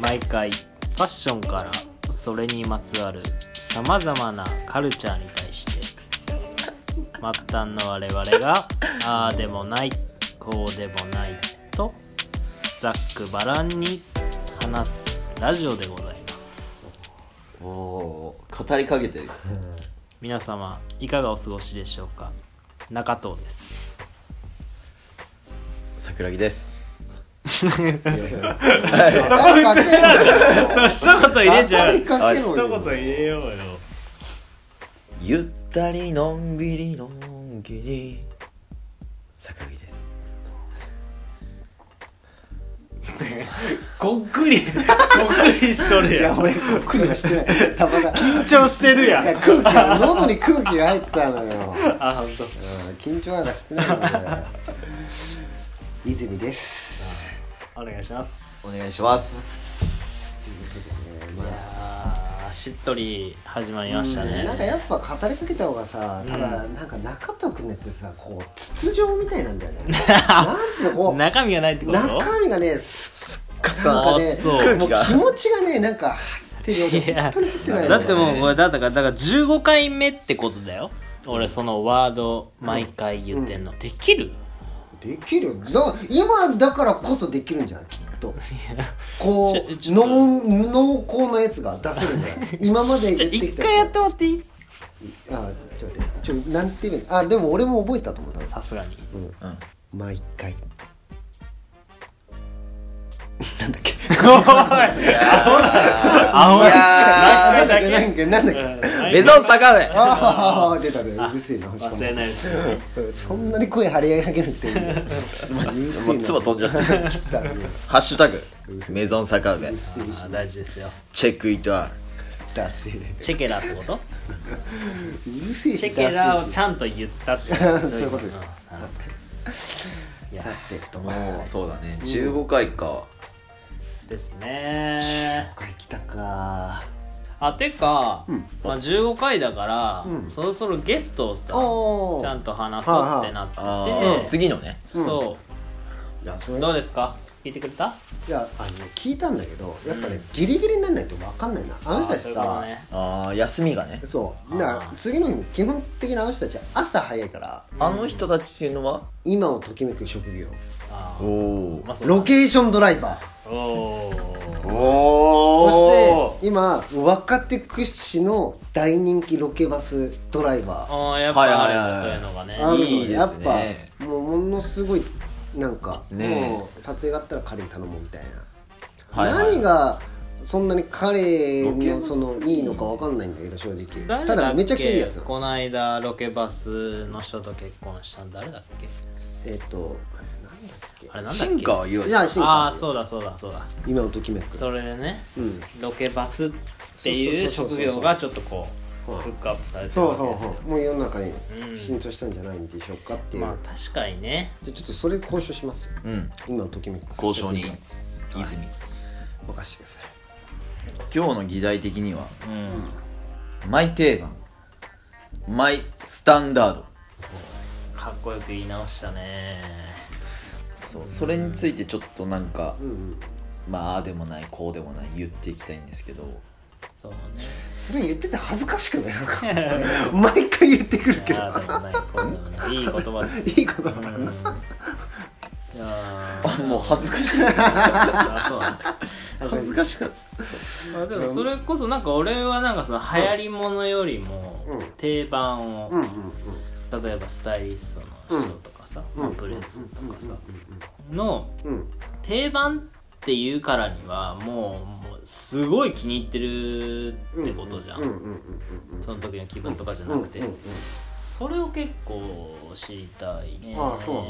毎回ファッションからそれにまつわるさまざまなカルチャーに対して末端の我々がああでもないこうでもないとざっくばらんに話すラジオでございますおおー語りかけてる皆様いかがお過ごしでしょうか中藤です 桜木ですかけ一言入れちゃう語りかけ一ろよ入れようよゆったりのんびりのんきり桜木ですこっくりこっくりしとるいややん俺空気がしてないたまた緊張してるやんいや空気が喉に空気が入ったのよ、あ本当。うん、緊張なんかしてないのね泉です、お願いしますお願いしますえーまああーしっとり始まりましたなんかねやっぱ語りかけた方がさただなんか中藤君のやつってさこう筒状みたいなんだよねなんつうのこう中身がないってこと中身がねすっかすあなんかねそうもう気持ちがねなんか入ってるようでいや本当に入ってないよねだってもうこれだからだから15回目ってことだよ俺そのワード毎回言ってんの、できるできるだ今だからこそできるんじゃないきっとこちょちうょっと濃濃厚なやつが出せるんだよ今までじゃあ言って一きた回ややっつてもらっていいあちょっと待ってちょなんて言うのあでも俺も覚えたと思うんださすがにうん毎回 なんだっけおいあ青い毎回なんだだっけけなんだっけなんだっけメゾン坂上ああ出たねうるせえなしかも忘れないうちにそんなに声張り上げなくていいんだようるせえもう唾飛んじゃって な切ったねハッシュタグメゾン坂上うるせえしあ大事ですよチェックイットアールダセえチェケラってことうるせえしチェケラをダセえしちゃんと言ったって そういうことですなるほどいやさて とまもうそうだね15回かですね今回来たかあてか、うんまあ、15回だから、うんそろそろゲストをさおちゃんーと話そうってなってて、あー次のねそいやそうれどうですか聞いてくれたいやあのね聞いたんだけどやっぱね、ギリギリにならないと分かんないなあの人たちさあーそういうこああ休みがねそうだかあら次の日も基本的にあの人たちは朝早いからあの人たちっていうのは今をときめく職業とおねおあーまあそうだロケーションドライバーおーおそして今若手屈指の大人気ロケバスドライバーあーやっぱあるんだ、はいはいはいはいそういうのがねあるのいいでやすっぱねもうものすごいなんか、ねえもう撮影があったら彼に頼もうみたいなはいはい何がそんなに彼ロケバのスそのいいのかわかんないんだけど正直誰ただっだけめちゃくちゃいいやつなのこの間ロケバスの人と結婚したん誰だっけえっ、となんだっけあれなんだっけ進化は言うじゃあ進あ化あそうだそうだそうだ今をときめくそれでねうんロケバスっていうそうそ職うそうそう業がちょっとこううんフックアップされてるそうわけそうですよそうもう世の中にうん浸透したんじゃないんでしょうかっていう、まあ確かにねじゃあちょっとそれ交渉しますようん今をときめく交渉人泉任せてください今日の議題的にはうんマイ定番マイスタンダードかっこよく言い直したねそうそれについてちょっとなんかうんうんまあああでもないこうでもない言っていきたいんですけど そうそれ言ってて恥ずかしくないなんか毎回言ってくるけねどああでもないこうでもないいい言葉ですいいことだうなんいやあもう恥ずかしいーあそうなんだ 恥ずかしかったあでもそれこそなんか俺はなんかその流行りものよりもうん定番を、うんうんうん例えばスタイリストの人とかさ、うんプレスとかさ、のうんうん定番っていうからにはもうもうすごい気に入ってるってことじゃん,、うんうんうんうんうんその時の気分とかじゃなくて、うんうんそれを結構知りたいねああそうなん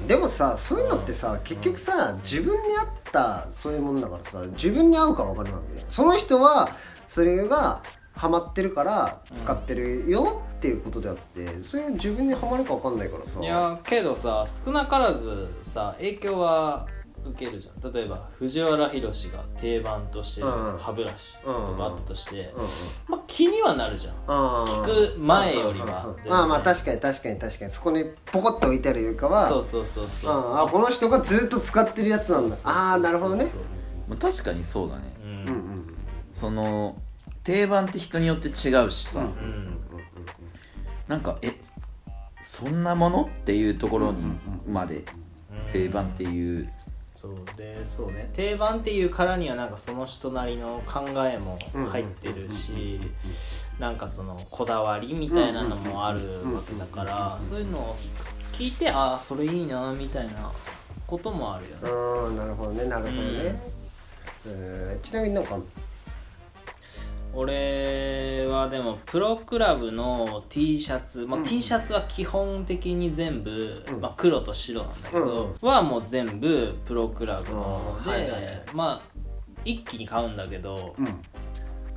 うんでもさそういうのってさ結局さ自分に合ったそういうもんだからさ自分に合うか分かるわけじゃんその人はそれがハマってるから使ってるよっていうことであってそれが自分にハマるか分かんないからさいやけどさ少なからずさ影響は受けるじゃん例えば藤原宏が定番としてるうん歯ブラシとかあったとして、うんうんまあ気にはなるじゃん聞聞く前よりは全然まあまあ確かに確かに確かにそこにポコッと置いてあるよりかはそうそうそうそううんあこの人がずっと使ってるやつなんだああーなるほどねそうそうそうまあ、確かにそうだねううんうんんうんその定番って人によって違うしさ、うんうんなんかえそんなものっていうところにまで定番っていうそうでそうね定番っていうからにはなんかその人なりの考えも入ってるしなんかそのこだわりみたいなのもあるわけだからそういうのを聞いてああそれいいなみたいなこともあるよねあーなるほどねなるほどね、えーちなみになんか俺はでもプロクラブの T シャツ、まあ、T シャツは基本的に全部、まあ、黒と白なんだけど、はもう全部プロクラブので、うんはいはいはいまあ一気に買うんだけど、うん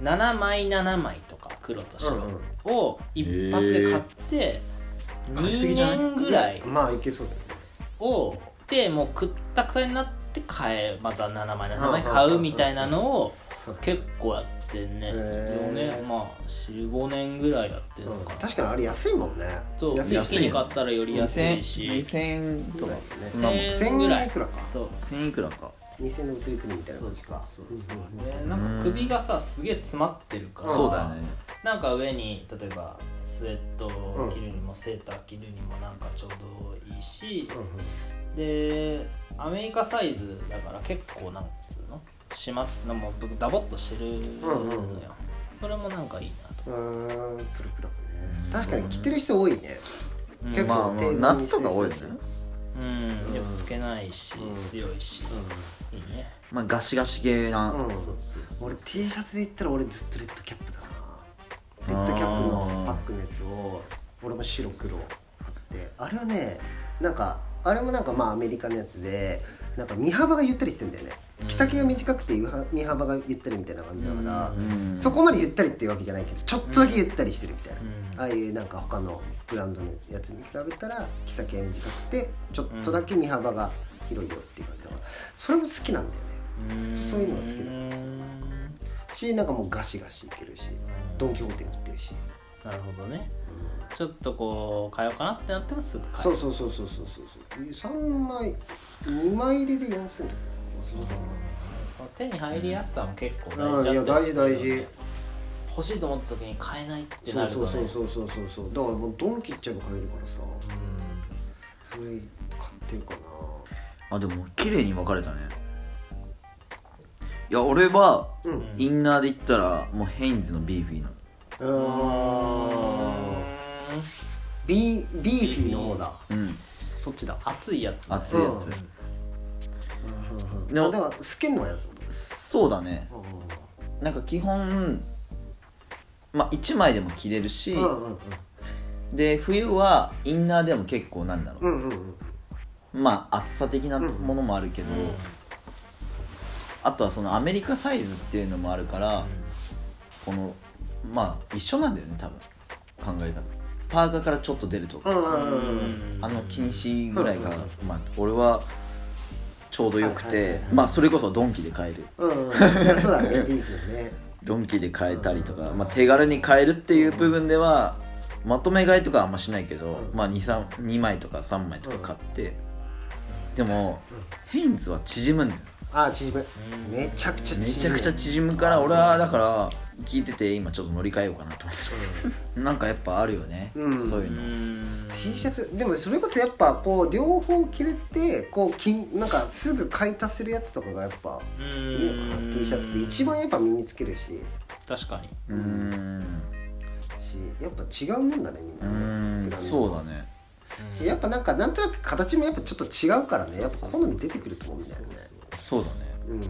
7枚7枚とか黒と白うんを一発で買って買いすぎ2じゃない年ぐらいまあいけそうだよねをでもうくったくたになって買えまた7枚7枚買うみたいなのを結構やってんねへー4年まあ45年ぐらいやってるのかな確かにあれ安いもんねそう安い一し気に買ったらより安いし2000円とかそんなもん2000 1000ぐら円いいくらかそう1000いくらか2000円の薄い国みたいな感じかうんねなんか首がさすげえ詰まってるからそうだよねなんか上に例えばスウェットうをん着るにもセーター着るにもなんかちょうどいいし、うでアメリカサイズだから結構なんつうのしまっもうダボっとしてるのよ、うんうんうんそれもなんかいいなと、んうんうーんプルクラブね確かに着てる人多いねうん、結構まあまあ夏とか多いよねうんでも透けないし、うん強いし、ういいね、まあガシガシ系な、ん、うん、そうそうそう俺 T シャツで言ったら俺ずっとレッドキャップだなレッドキャップのパックのやつを俺も白黒買ってあれはねなんかあれもなんかまあアメリカのやつでなんか身幅がゆったりしてんだよね着丈が短くてゆは身幅がゆったりみたいな感じだからううんそこまでゆったりっていうわけじゃないけどちょっとだけゆったりしてるみたいなうんああいうなんか他のブランドのやつに比べたら着丈が短くてちょっとだけ身幅が広いよっていう感じだからそれも好きなんだよねうんそういうのが好きなしなんかもうガシガシいけるしドン・キホーテに売ってるし、なるほどねちょっとこう変えようかなってなってもすぐ変えそるうそうそうそうそうそう3枚2枚入れで4000とかその手に入りやすさも結構大あ事あだいやった大り事するよ大ね事欲しいと思った時に買えないってそなうるそとうそねうそうそうそうそうだからもうドンキ行っちゃえば買えるからさそれ買ってるかあでも綺麗に分かれたねいや俺はなうんインナーで言ったらもうヘインズのビーフィーのあービービーフィーの方だうんそっちだ熱いやつ熱いやつ、うんあだから透けんのやつだそうだねとなんか基本まあ1枚でも着れるし、うんうんうんで冬はインナーでも結構なんだろう、うんうんうんまあ厚さ的なものもあるけど、あとはそのアメリカサイズっていうのもあるから、このまあ一緒なんだよね多分考え方パーカーからちょっと出るとか、うんうんうんうんあの気にしぐらいが、うんまあ、俺はちょうどよくて、はいはいはいはいまあそれこそドンキで買えるうんうんいやそうだねビーフィーねドンキで買えたりとか、まあ、手軽に買えるっていう部分ではまとめ買いとかはあんましないけど、うんまあ、2, 3 2枚とか3枚とか買って、でも、ヘインズは縮むんだよあー縮むめちゃくちゃ縮むめちゃくちゃ縮むから俺はだから聞いてて今ちょっと乗り換えようかなと思ってなんかやっぱあるよね、うんそういうの、 T シャツでもそれこそやっぱこう両方着れてこうきんなんかすぐ買い足せるやつとかがやっぱいいのかな T シャツって一番やっぱ身につけるしし確かにうーんやっぱ違うもんだねみんうーなねんブランドそうだねしやっぱなんかなんとなく形もやっぱちょっと違うからねやっぱ好み出てくると思うんだよねそうだねうん一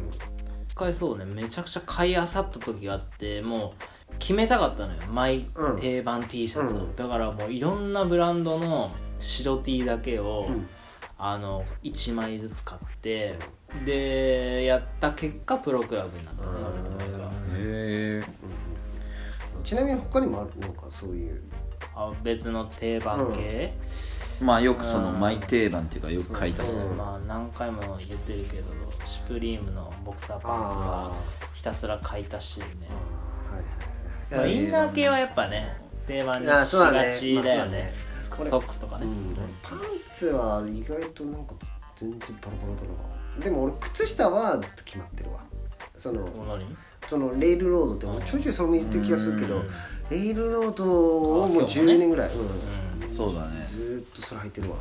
回そうねめちゃくちゃ買いあさった時があってもう決めたかったのよマイうん定番 T シャツを、うんだからもういろんなブランドの白 T だけを、うんあの1枚ずつ買ってでやった結果プロクラブになったね俺の場合はへえちなみに他にもあるなんかそういうあ別の定番系、まあよくそのマイ定番っていうかよく買い足すそうまあ何回も言ってるけどシュプリームのボクサーパンツはひたすら買い足してるねあーまはあいはいはいインナー系はやっぱね定番にしあそうだねがちだよねまあそうだねソックスとかねうんパンツは意外となんか全然バラバラだなでも俺靴下はずっと決まってるわそのお何そのレールロードって俺ちょいちょいそれも言ってる気がするけうどんレールロードをもあう今日もね10年ぐらい、うん、そうだねずーっとそれ履いてるわ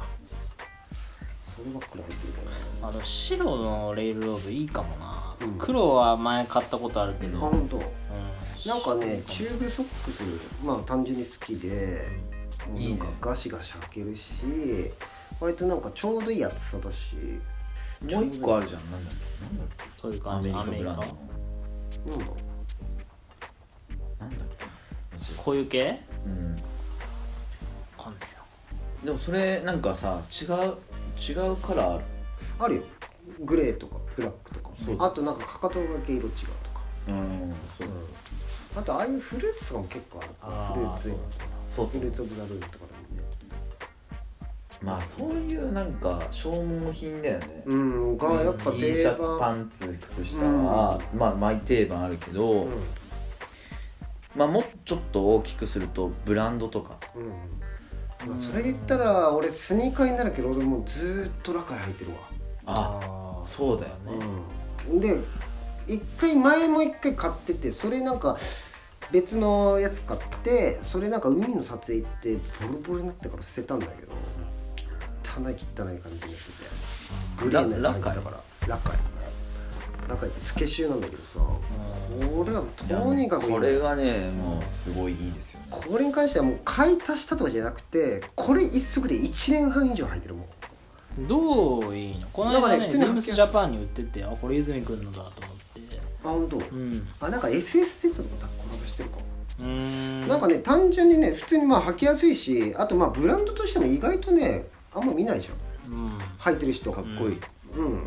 そればっかり履いてるかあの白のレールロードいいかもな、うん黒は前買ったことあるけど、らあうん本当。なんかねチューブソックスまあ単純に好きでいいなんねかガシガシ履けるし割となんかちょうどいい厚さだしもう一個あるじゃんなんだっけなんだっそういうけ感じアアメメリリカブラカンドのなんだろなんだっけ忘こういう系れうんわかんねでもそれなんかさ違う違うカラーあるうあるよグレーとかブラックとかそうあとなんかかかとが毛色違うとか、うんうん、あとああいうフルーツとかも結構あるからあーフルーツそうそうそうそフルうーツオブザルールとかでもねまあそういうなんか消耗品だよね、うんがやっぱ T 定シャツパ番ンツ靴下は、まあマイ定番あるけど、うまあもうちょっと大きくするとブランドとかんうんまあそれで言ったら俺スニーカーになるけど俺もうずーっとラカイ履いてるわああーそうだよねうん、で一回前も一回買っててそれなんか別のやつ買ってそれなんか海の撮影行ってボロボロになってから捨てたんだけど汚い汚い感じになっててグレーのやつだからラカイラカイってスケシューなんだけどさこれはとにかくいいこれがねもうすごいいいですよねこれに関してはもう買い足したとかじゃなくてこれ一足で1年半以上履いてるもんどういいのこのなんか間ねね普「通ジにェームスジャパン」に売っててあこれ泉君のだと思ってあ本当。うんあなんか SS セットとかコラボしてるかもうーんなんかね単純にね普通にまあ履きやすいしあとまあブランドとしても意外とねあんま見ないじゃうんん履いてる人かっこいい、うん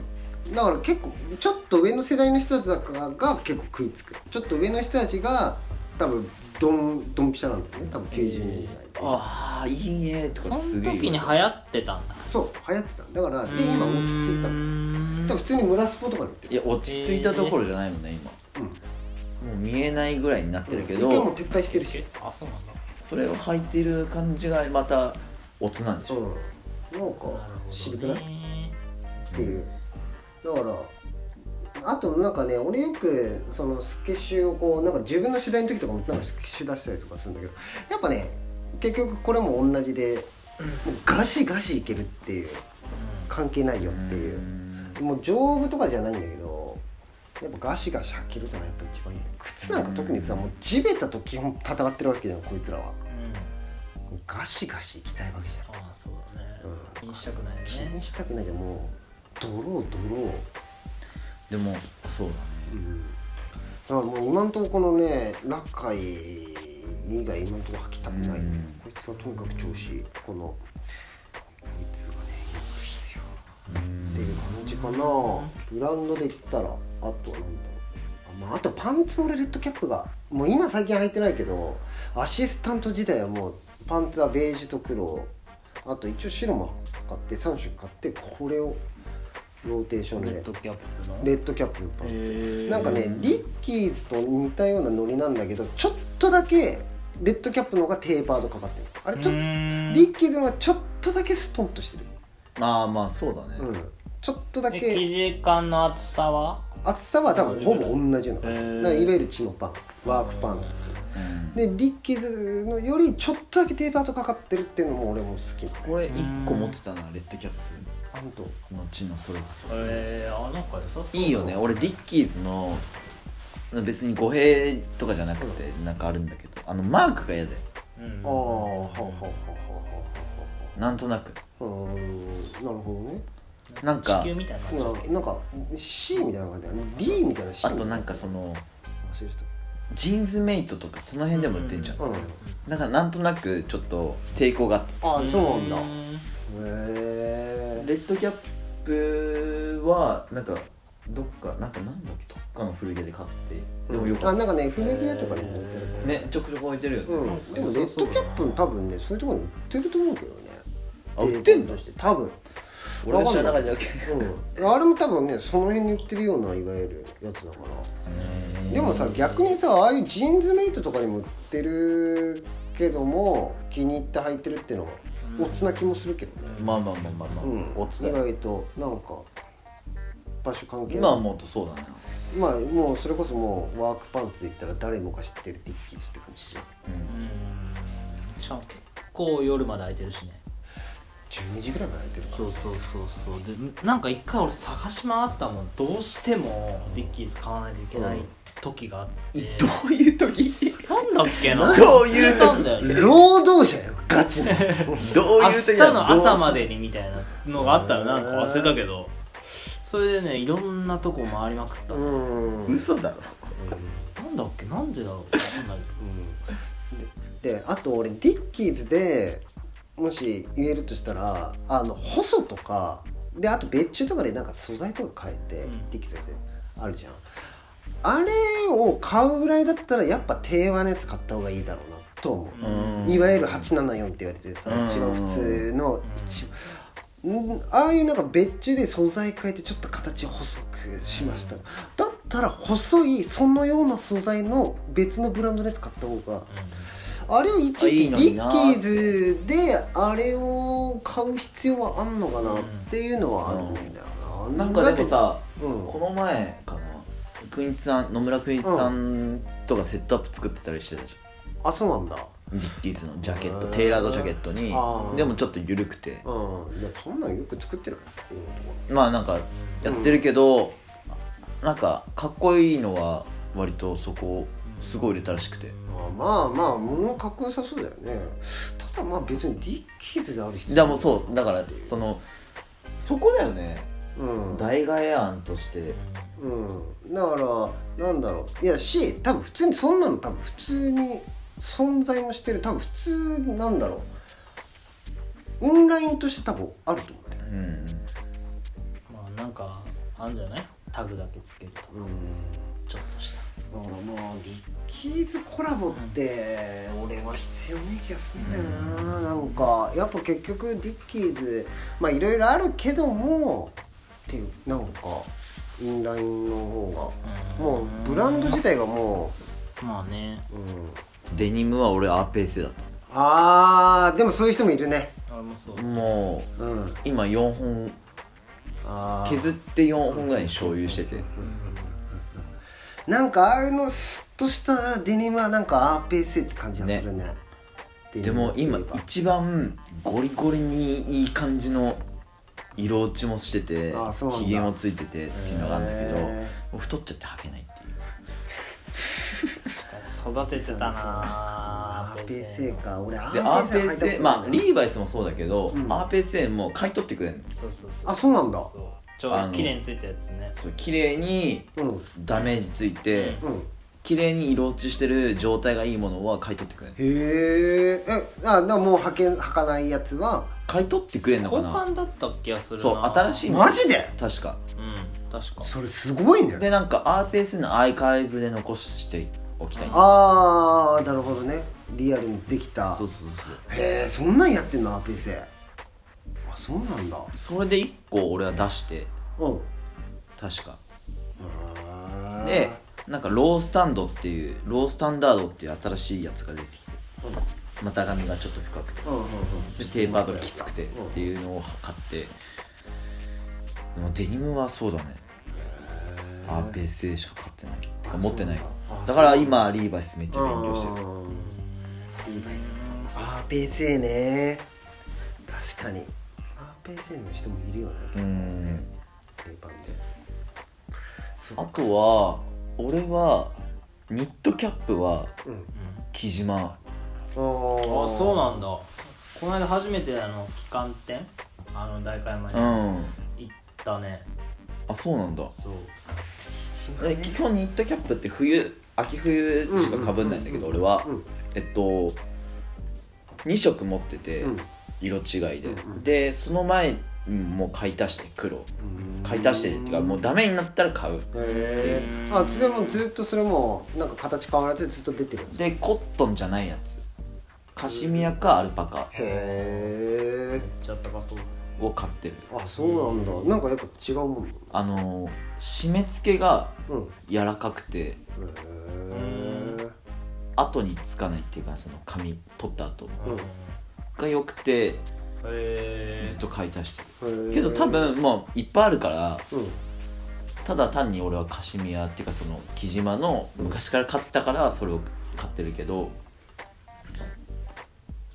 だから結構ちょっと上の世代の人たちがが結構食いつくちょっと上の人たちが多分ドンドンピシャなんだよね多分90年代、ああいいねとそかのす時げにえ流行ってたんだそう流行ってただからで今落ち着いうたーのん多分普通に村スポとかに売っているや落ち着いたところじゃないもんね今、うんもう見えないぐらいになってるけ一回もうど撤退してるしあそうなんだそれを履いてる感じがまたオツなんでしうょんなんか渋くななるいほどねっていうだからあとなんかね俺よくそのスケッシュをこうなんか自分の取材の時とかもなんかスケッシュ出したりとかするんだけどやっぱね結局これも同じでもうガシガシいけるっていう関係ないよっていううんもう丈夫とかじゃないんだけどやっぱガシガシ履けるのがやっぱ一番いいよ靴なんか特にさもう地べたと基本戦ってるわけじゃんこいつらはうんガシガシ行きたいわけじゃんああそうだねうん気にしたくないよ気ねにしたくないけどもうドロードローでもそうだねうんだからもう今んとここのねラッカイ以外今んとこ履きたくなういね、んこいつはとにかく調子いいこのこいつがねいいんですよっていう感じかなブランドで言ったらあとはなんだろうあ,、まあ、あとパンツも俺レッドキャップがもう今最近履いてないけどアシスタント時代はもうパンツはベージュと黒あと一応白も買って3色買ってこれをローテーションレでッドキャップのレッドキャップのパンツへーなんかねリッキーズと似たようなノリなんだけどちょっとだけレッドキャップの方がテーパードかかってるあれちうょっとーんリッキーズの方がちょっとだけストンとしてるまあまあそうだね、うんちょっとだえけ生地感の厚さは厚さは多分ほぼ同じような感じへーだからいわゆるチノパンワークパンツうんでリッキーズのよりちょっとだけテーパードかかってるっていうのも俺も好きなこれ1個持ってたなレッドキャップあんとのチのそれこえー、あなんか良さそそういいいよね俺ディッキーズの別に語弊とかじゃなくてなんかあるんだけどあのマークが嫌だようんああはははははなんとなくははうーんなるほどねなんか地球みたいになっちゃうけなどんか C みたいな感じだね D みたいな C あみたといなんかその忘れてたジーンズメイトとかその辺でも売ってんじゃん、うんだからなんとなくちょっと抵抗があってあそうなんだうへんえレッドキャップはなんかどっかなんかなんだっけどっかの古着屋で買ってでもよかあっなんかね古着屋とかにも売ってるたねちょくちょく置いてるよね、うんでもレッドキャップ多分ねそういうところに売ってると思うけどねあ売ってんとのして多分俺が知らなかっただけうんあれも多分ねその辺に売ってるようないわゆるやつだからでもさ逆にさああいうジーンズメイトとかにも売ってるけども気に入って履いてるっていうのはおつな気もするけどねまあまあまあまあまあ、うんおつだ意よ外となんか場所関係今ない思うとそうだな、まあもうそれこそもうワークパンツ行ったら誰もが知ってるディッキーズって感じじゃんうん、しかも結構夜まで空いてるしね12時ぐらいまで空いてるからそうそうそうそうでなんか一回俺探し回ったもんどうしてもディッキーズ買わないといけない時があって、どういう時なんだっけなどういう忘れ時たんだよね労働者よガチのどう明いう日時の朝でまでにみたいなのがあったよなんか忘れたけどそれでねいろんなとこ回りまくった、うなんんうん嘘だろだっけなんでだろう分かんないでであと俺ディッキーズでもし言えるとしたらあの細とかであと別注とかでなんか素材とか変えて、うんディッキーズってあるじゃんあれを買うぐらいだったらやっぱ低和のやつ買った方がいいだろうなと思う、うんいわゆる874って言われてるさ、うん一番普通の一番、んああいうなんか別注で素材変えてちょっと形を細くしました、だったら細いそのような素材の別のブランドのやつ買った方があれをいちいいいちデのィになッキーズであれを買う必要はあんのかなっていうのはあるんだよな、なんかでもさうんこの前かなクインツさん野村クインツさんとかセットアップ作ってたりしてたじあそうなんだゃんビッキーズのジャケットうんテイラードジャケットにあーでもちょっと緩くてうんいやそんなんよく作ってないまあなんかやってるけどなんかかっこいいのは割とそこすごい売れたらしくてまあまあまあ物のかっこよさそうだよねただまあ別にディッキーズである必要でもそうだからそのそこだよねうん代替案としてうんだからなんだろういやし多分普通にそんなの多分普通に存在もしてる多分普通なんだろうインラインとして多分あると思うねうんまあなんかあんじゃないタグだけつけるとうんちょっとしただからまあディッキーズコラボって俺は必要ない気がするんだよな、なんかやっぱ結局ディッキーズまあいろいろあるけどもっていうなんかインラインの方がもうブランド自体がもまあねう、うん、デニムは俺アーペースだっあーでもそういう人もいるね俺もそうたもううん今4本あー削って4本ぐらいに所有しててなんかああいうのスッとしたデニムはなんかアーペースって感じがするねでも今一番ゴリゴリにいい感じの色落ちもしててあそうなんだひげもついててっていうのがあるんだけどへーもう太っちゃって履けないっていう確かに育ててたなアーペースか俺アでアーーペペーース履いたことないスまあリーバイスもそうだけど、うんアーペースも買い取ってくれるのそうそうそうあそうなんだうちょうあどの綺麗についたやつねそう綺麗にうんダメージついてうん綺麗に色落ちしてる状態がいいものは買い取ってくれるへーえあだからもう履け履かないやつは買い取ってくれるの交かな換だった気がするなそう新しいのマジで確かうん確かそれすごいねでなんかアーペースのアーカイブで残しておきたいああなるほどねリアルにできたそうそうそうへえそんなんやってんのアーペースあそうなんだそれで1個俺は出してうん確かあーでなんかロースタンドっていうロースタンダードっていう新しいやつが出てきてうん股上がちょっと深くてうんうんうんでテーパードがきつくてっていうのを買ってでもデニムはそうだねアーペースしか買ってないてか持ってないかそうなんだだから今リーバイスめっちゃ勉強してるるリーバイスアーペースえね確かにアーペースえの人もいるよねうーん定番であとは俺はニットキャップはうん木島あーあそうなんだこの間初めてあの旗艦店あの大会前うにん行ったね、あそうなんだそうで基本ニットキャップって冬秋冬しかかぶんないんだけどうん俺はうんえっと2色持っててうん色違いでうんうんでその前にもう買い足して黒うん買い足してっていうかもうダメになったら買うへえあそれもずっとそれもなんか形変わらずずっと出てるんですでコットンじゃないやつカシミヤかアルパカへえめっちゃ高そうを買ってるあそうなんだなんかやっぱ違うもんあのー締め付けがうんへ柔らかくてえ後につかないっていうかその髪取った後うんへが良くてえずっと買い足してるへーけど多分もういっぱいあるからうんただ単に俺はカシミヤっていうかその木島の昔から買ってたからそれを買ってるけど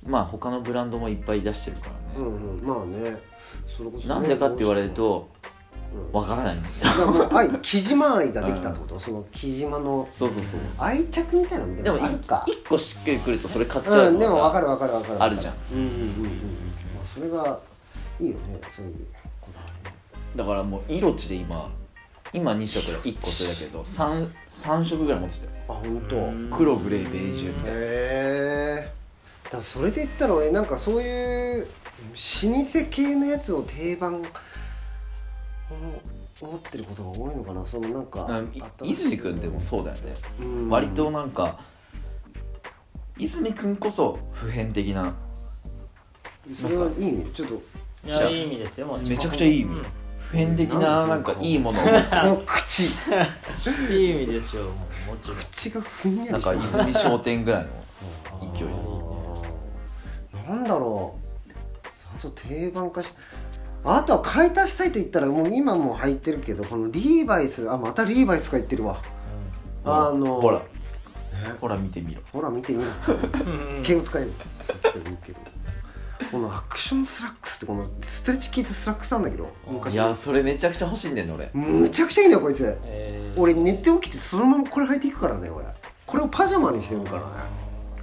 まあ他のブランドもいっぱい出してるからうね、んうんまあねそれこそねなんでかって言われるとうんわからないんだよだからもう愛木島愛ができたってこと、その木島の そうそうそう愛着みたいなのでもあるか1個しっくりくるとそれ買っちゃううのんがでさ、も分かる分かる分かるあるじゃんうんうんうんうんうんまあそれがいいよねそういうだからもう命で今今2色だ1個それだけど 3, 三色ぐらい持ってたよあ本当。へ黒グレーベージュみたいなえだからそれで言ったら俺なんかそういう老舗系のやつを定番思思ってることが多いのかなそのなんかなんかい泉君でもそうだよねうん割となんか泉君こそ普遍的なそれはいい意味ちょ っといやいい意味ですよもちろんめちゃくちゃいい意味うん普遍的なななんんでそんなかこといいものをその口いい意味ですよもうもちろん口がふんやなりんしてかる泉商店ぐらいの勢いであーなんだろうちょっと定番化しあとは買い足したいと言ったらもう今もう入ってるけどこのリーバイスあまたリーバイスか言ってるわあのほらほら見てみろほら見てみる うん毛を使えるこのアクションスラックスってこのストレッチ効いたスラックスなんだけどい昔やそれめちゃくちゃ欲しいんだよね俺むちゃくちゃいいんだよこいつえー俺寝て起きてそのままこれ履いていくからね俺これをパジャマにしてるからね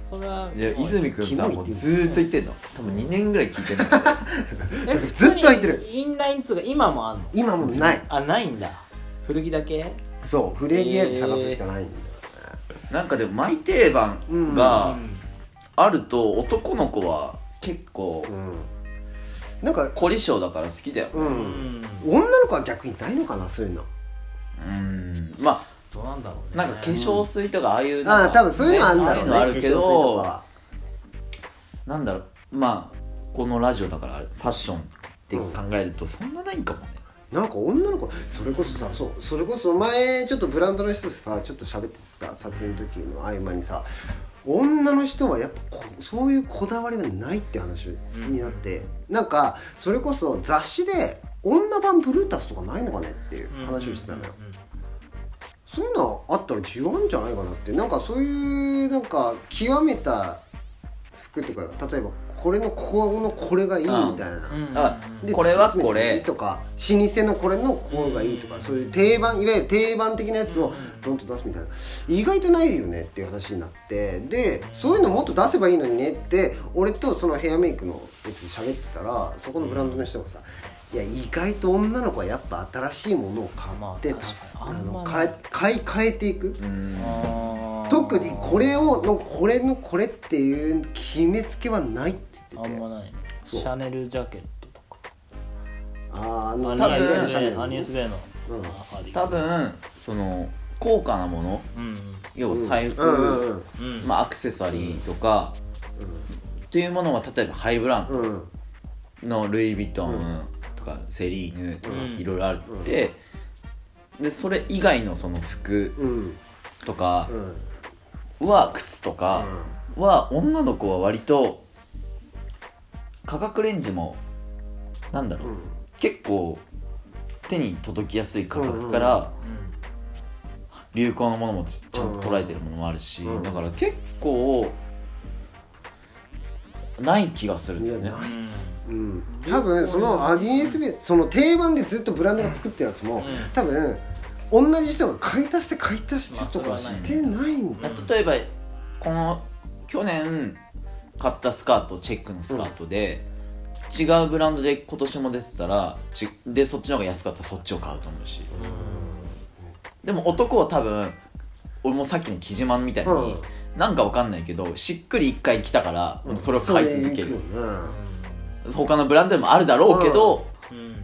それはいや泉君さキモいってもう言うずーっと言ってんの多分2年ぐらい聞いてんの えずっと空いてる普通にインライン2が今もあんの今もうないあないんだ古着だけそうフレギアで探すしかないんだよねなんかでもマイ定番があると男の子は結構うんなんか凝り性だから好きだよううんん女の子は逆にないのかなそういうのうんまどうなんだろうあねなんか化粧水とかああいうのああ多分そういうのあるんだああいうろうねのあるけ化粧水とかどはなんだろうまあこのラジオだからファッションって考えるとそんなないんかもね、なんか女の子それこそさそうそれこそ前ちょっとブランドの人とさちょっと喋ってさ撮影の時の合間にさ女の人はやっぱこそういうこだわりがないって話になって、なんかそれこそ雑誌で女版ブルータスとかないのかねっていう話をしてたのよ、うんうんうんそういうのあったら需要あるんじゃないかなってなんかそういうなんか極めた服とか例えばこれのここのこれがいいみたいな、うんうんあでこれはこ突れき詰めていいとか老舗のこれのこうがいいとか、うんそういう定番いわゆる定番的なやつをドンと出すみたいな意外とないよねっていう話になってでそういうのもっと出せばいいのにねって俺とそのヘアメイクのやつで喋ってたらそこのブランドの人がさいや意外と女の子はやっぱ新しいものを買まあって確かに足すああんまなの買い買い変えていくうんあー特にこれをのこれのこれっていう決めつけはないって言っあてんてまないシそうャネルジャケットとかあーあアのニ多分エいわゆるスシベャネルイアニエスベイのうん多分その高価なものうん要は財布、うんうんうんうんまあ、アクセサリーとか、っていうものは例えばハイブランうんうんドのルイ・ヴィトンとかセリーヌとかうんいろいろあって、でそれ以外のその服うんとかうんは靴とかは女の子は割と価格レンジもなんだろう、結構手に届きやすい価格から、流行のものもちちゃんと捉えてるものもあるし、うんだから結構ない気がするんだよいねやうなうんんうん多分そのアディエスベその定番でずっとブランドが作ってるやつも多分同じ人が買い足して買い足してとまかあそれはしないてないんだだから例えばこの去年買ったスカートチェックのスカートで、違うブランドで今年も出てたらちでそっちの方が安かったらそっちを買うと思うしでも男は多分俺もさっきの木島みたいに、うんなんかわかんないけどしっくり一回来たから、もうそれを買い続けそれるに行くよね他のブランドでもあるだろうけど、うん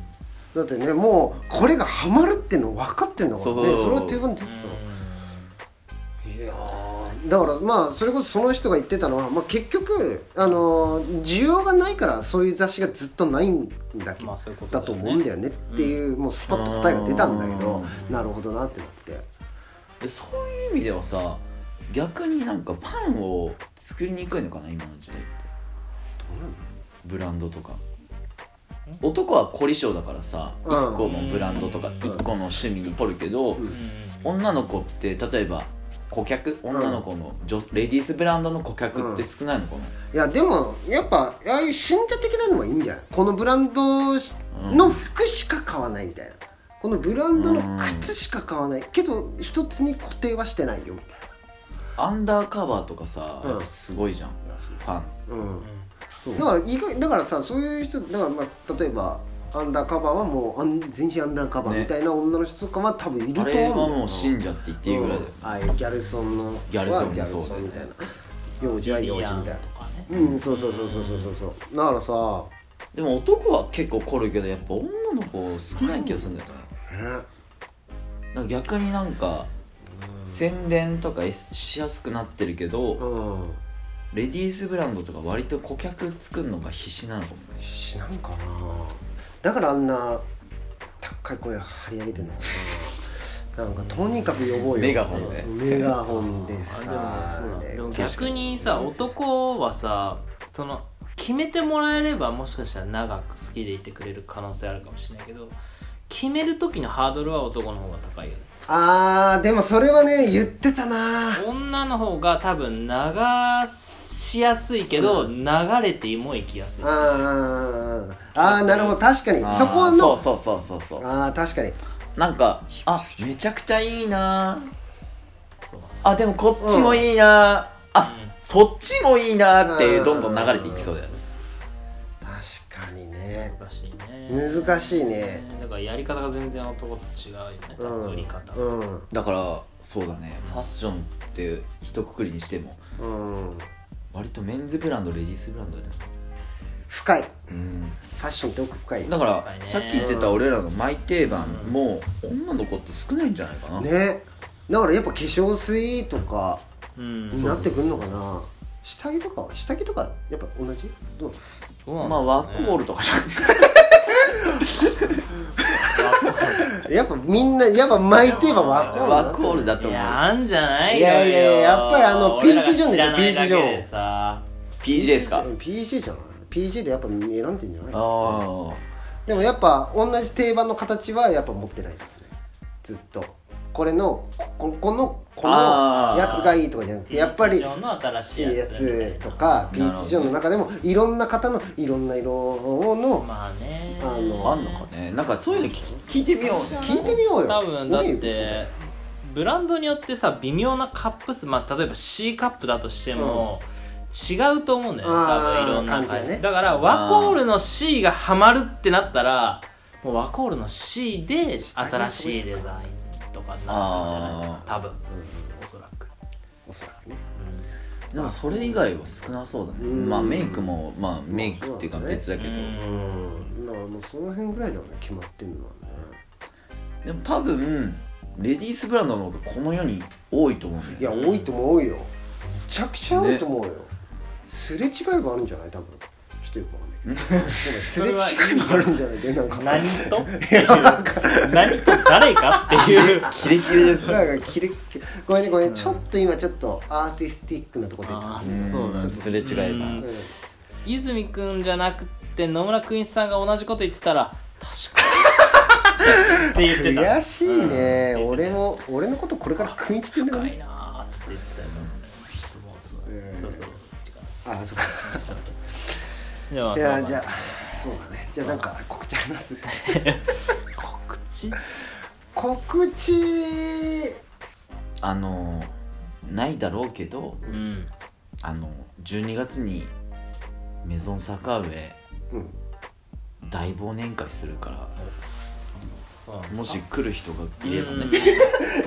だってねもうこれがハマるっての分かってんだからそねうそうそうそれは定番でずっといやーだからまあそれこそその人が言ってたのは、まあ、結局、あのー需要がないからそういう雑誌がずっとないんだけど、まあそういうことだだよねと思うんだよねっていう、もうスパッと答えが出たんだけどなるほどなってなってでそういう意味ではさ逆になんかパンを作りにくいのかな今の時代ってブランドとかう男は凝り性だからさうん1個のブランドとかうん1個の趣味に凝るけどうん女の子って例えば顧客ん女の子の女レディースブランドの顧客って少ないのかないやでもやっぱああいう信者的なのはいいんじゃないこのブランドしうんの服しか買わないみたいなこのブランドの靴しか買わないけど一つに固定はしてないよみたいアンダーカバーとかさうんやっぱすごいじゃんファンなうんそうだから意外だからさそういう人だからまあ例えばアンダーカバーはもうあん全身アンダーカバーみたいな女の人とかは多分いるとあ思うれはもう信者って言っていいぐらいだようんああいうギャルソンのギャルソンもはギャルソンみたいな幼児はリ幼児みアンたいとなかねうんそうそうそうそうそうそうそうだからさでも男は結構凝るけどやっぱ女の子少ない気がするんだよねねなんか逆になんか宣伝とかしやすくなってるけど、うんレディースブランドとか割と顧客作るのが必死なのかもねしなんかなだからあんな高い声張り上げてんのかななんかとにかく呼ぼうよメガホンねメガホンでさあでもねそうなねんでも逆にさ男はさその決めてもらえればもしかしたら長く好きでいてくれる可能性あるかもしれないけど決める時のハードルは男の方が高いよねあーでもそれはね言ってたな女の方が多分流しやすいけど、流れても行きやすいあーあーなるほど確かにあーそこのそうそうそうそうそうああ確かになんかあめちゃくちゃいいなそうあでもこっちもいいなあうんそっちもいいなってうんどんどん流れていきそうだよね確かにね難しいね難しいねだからやり方が全然男と違うよね多うん分売り方、うんだからそうだねファッションって一括りにしてもうん割とメンズブランドレディースブランドだよね深いフうんァッションって奥深いだかねらさっき言ってた俺らのマイ定番も女の子って少ないんじゃないかな、だからやっぱ化粧水とかうんになってくんのかな下着とかは下着とかやっぱ同じどうそうなんだまあワコールとかじゃんやっぱみんなやっぱ巻いてえばワコールワコールだとい思うやあんじゃないいやいやいややっぱりあの俺らが PG ジョンでしょ知らないだけ PG ジョンでさ PJ ですかあ PG じゃない PG でやっぱ選んでんじゃないあでもやっぱ同じ定番の形はやっぱ持ってないだろうねずっとこれのここのこあのーやつがいいとかじゃなくてやっぱピーチりジョンの新しいややつみたいつなとかピなるほどーチジョンの中でもいろんな方のいろんな色のまあねあのあんのかねなんかそういうの聞き聞いてみようね聞いてみようよ多分だっねてブランドによってさ微妙なカップ数、まあ、例えば C カップだとしても、違うと思うんだよね多あー分いろんな感じ感じがねだからワコールの C がハマるってなったらもうワコールの C で新しいデザインとかになるんじゃないあー多分、おそらく、おそらくねでもそれ以外は少なそうだねうんまあメイクもまあメイクっていうか別だけど うんうんだからもうその辺ぐらいだよね決まってんのはねでも多分レディースブランドの方がこの世に多いと思うんいだやよね多いと思うよめちゃくちゃ多いと思うよすれ違いもあるんじゃない多分ちょっとよくわかんないけどなんかすれ違いもあるんじゃないでなんか何とっていう何と誰かっていうキレキレですねなんかキレッキレごめんねごめんねちょっと今ちょっとアーティスティックなとこ出たあんそうだねすれ違いがうんうん泉くんじゃなくて野村くんいちさんが同じこと言ってたら確かにって言ってた悔しいね、俺も俺のことこれから組みちってんだよ深いねなーっつって言ってたよちょっともうそううんそうそう時間ですあそうかそうそうじゃあいまあやそんじゃなあそうだねじゃあなんか告知あります告知告知あのないだろうけどうんあの12月にメゾン坂上うん大忘年会するからそうなんですかもし来る人がいればうねん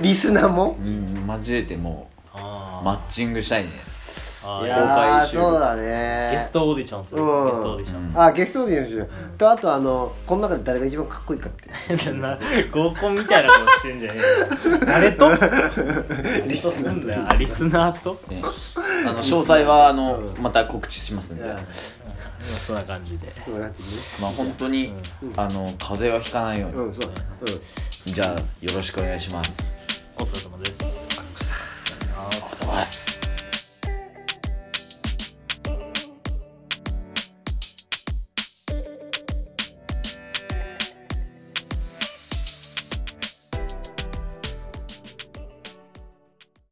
リスナーもうん交えてもうあーマッチングしたいねあいーやー公開収録そうだねゲストオーディションするゲうんストオーディシ ョンあゲストオーディションとあとあのこの中で誰が一番かっこいいかって な合コンみたいなことしてんじゃねえよ誰と リスナーとあリスナーとねあの詳細はあのまた告知しますんで、うんそんな感じでこんな感じでねまあ本当に、あの風邪はひかないように、うんそうだねうんじゃあよろしくお願いします。お疲れ様です。ありがとうございます。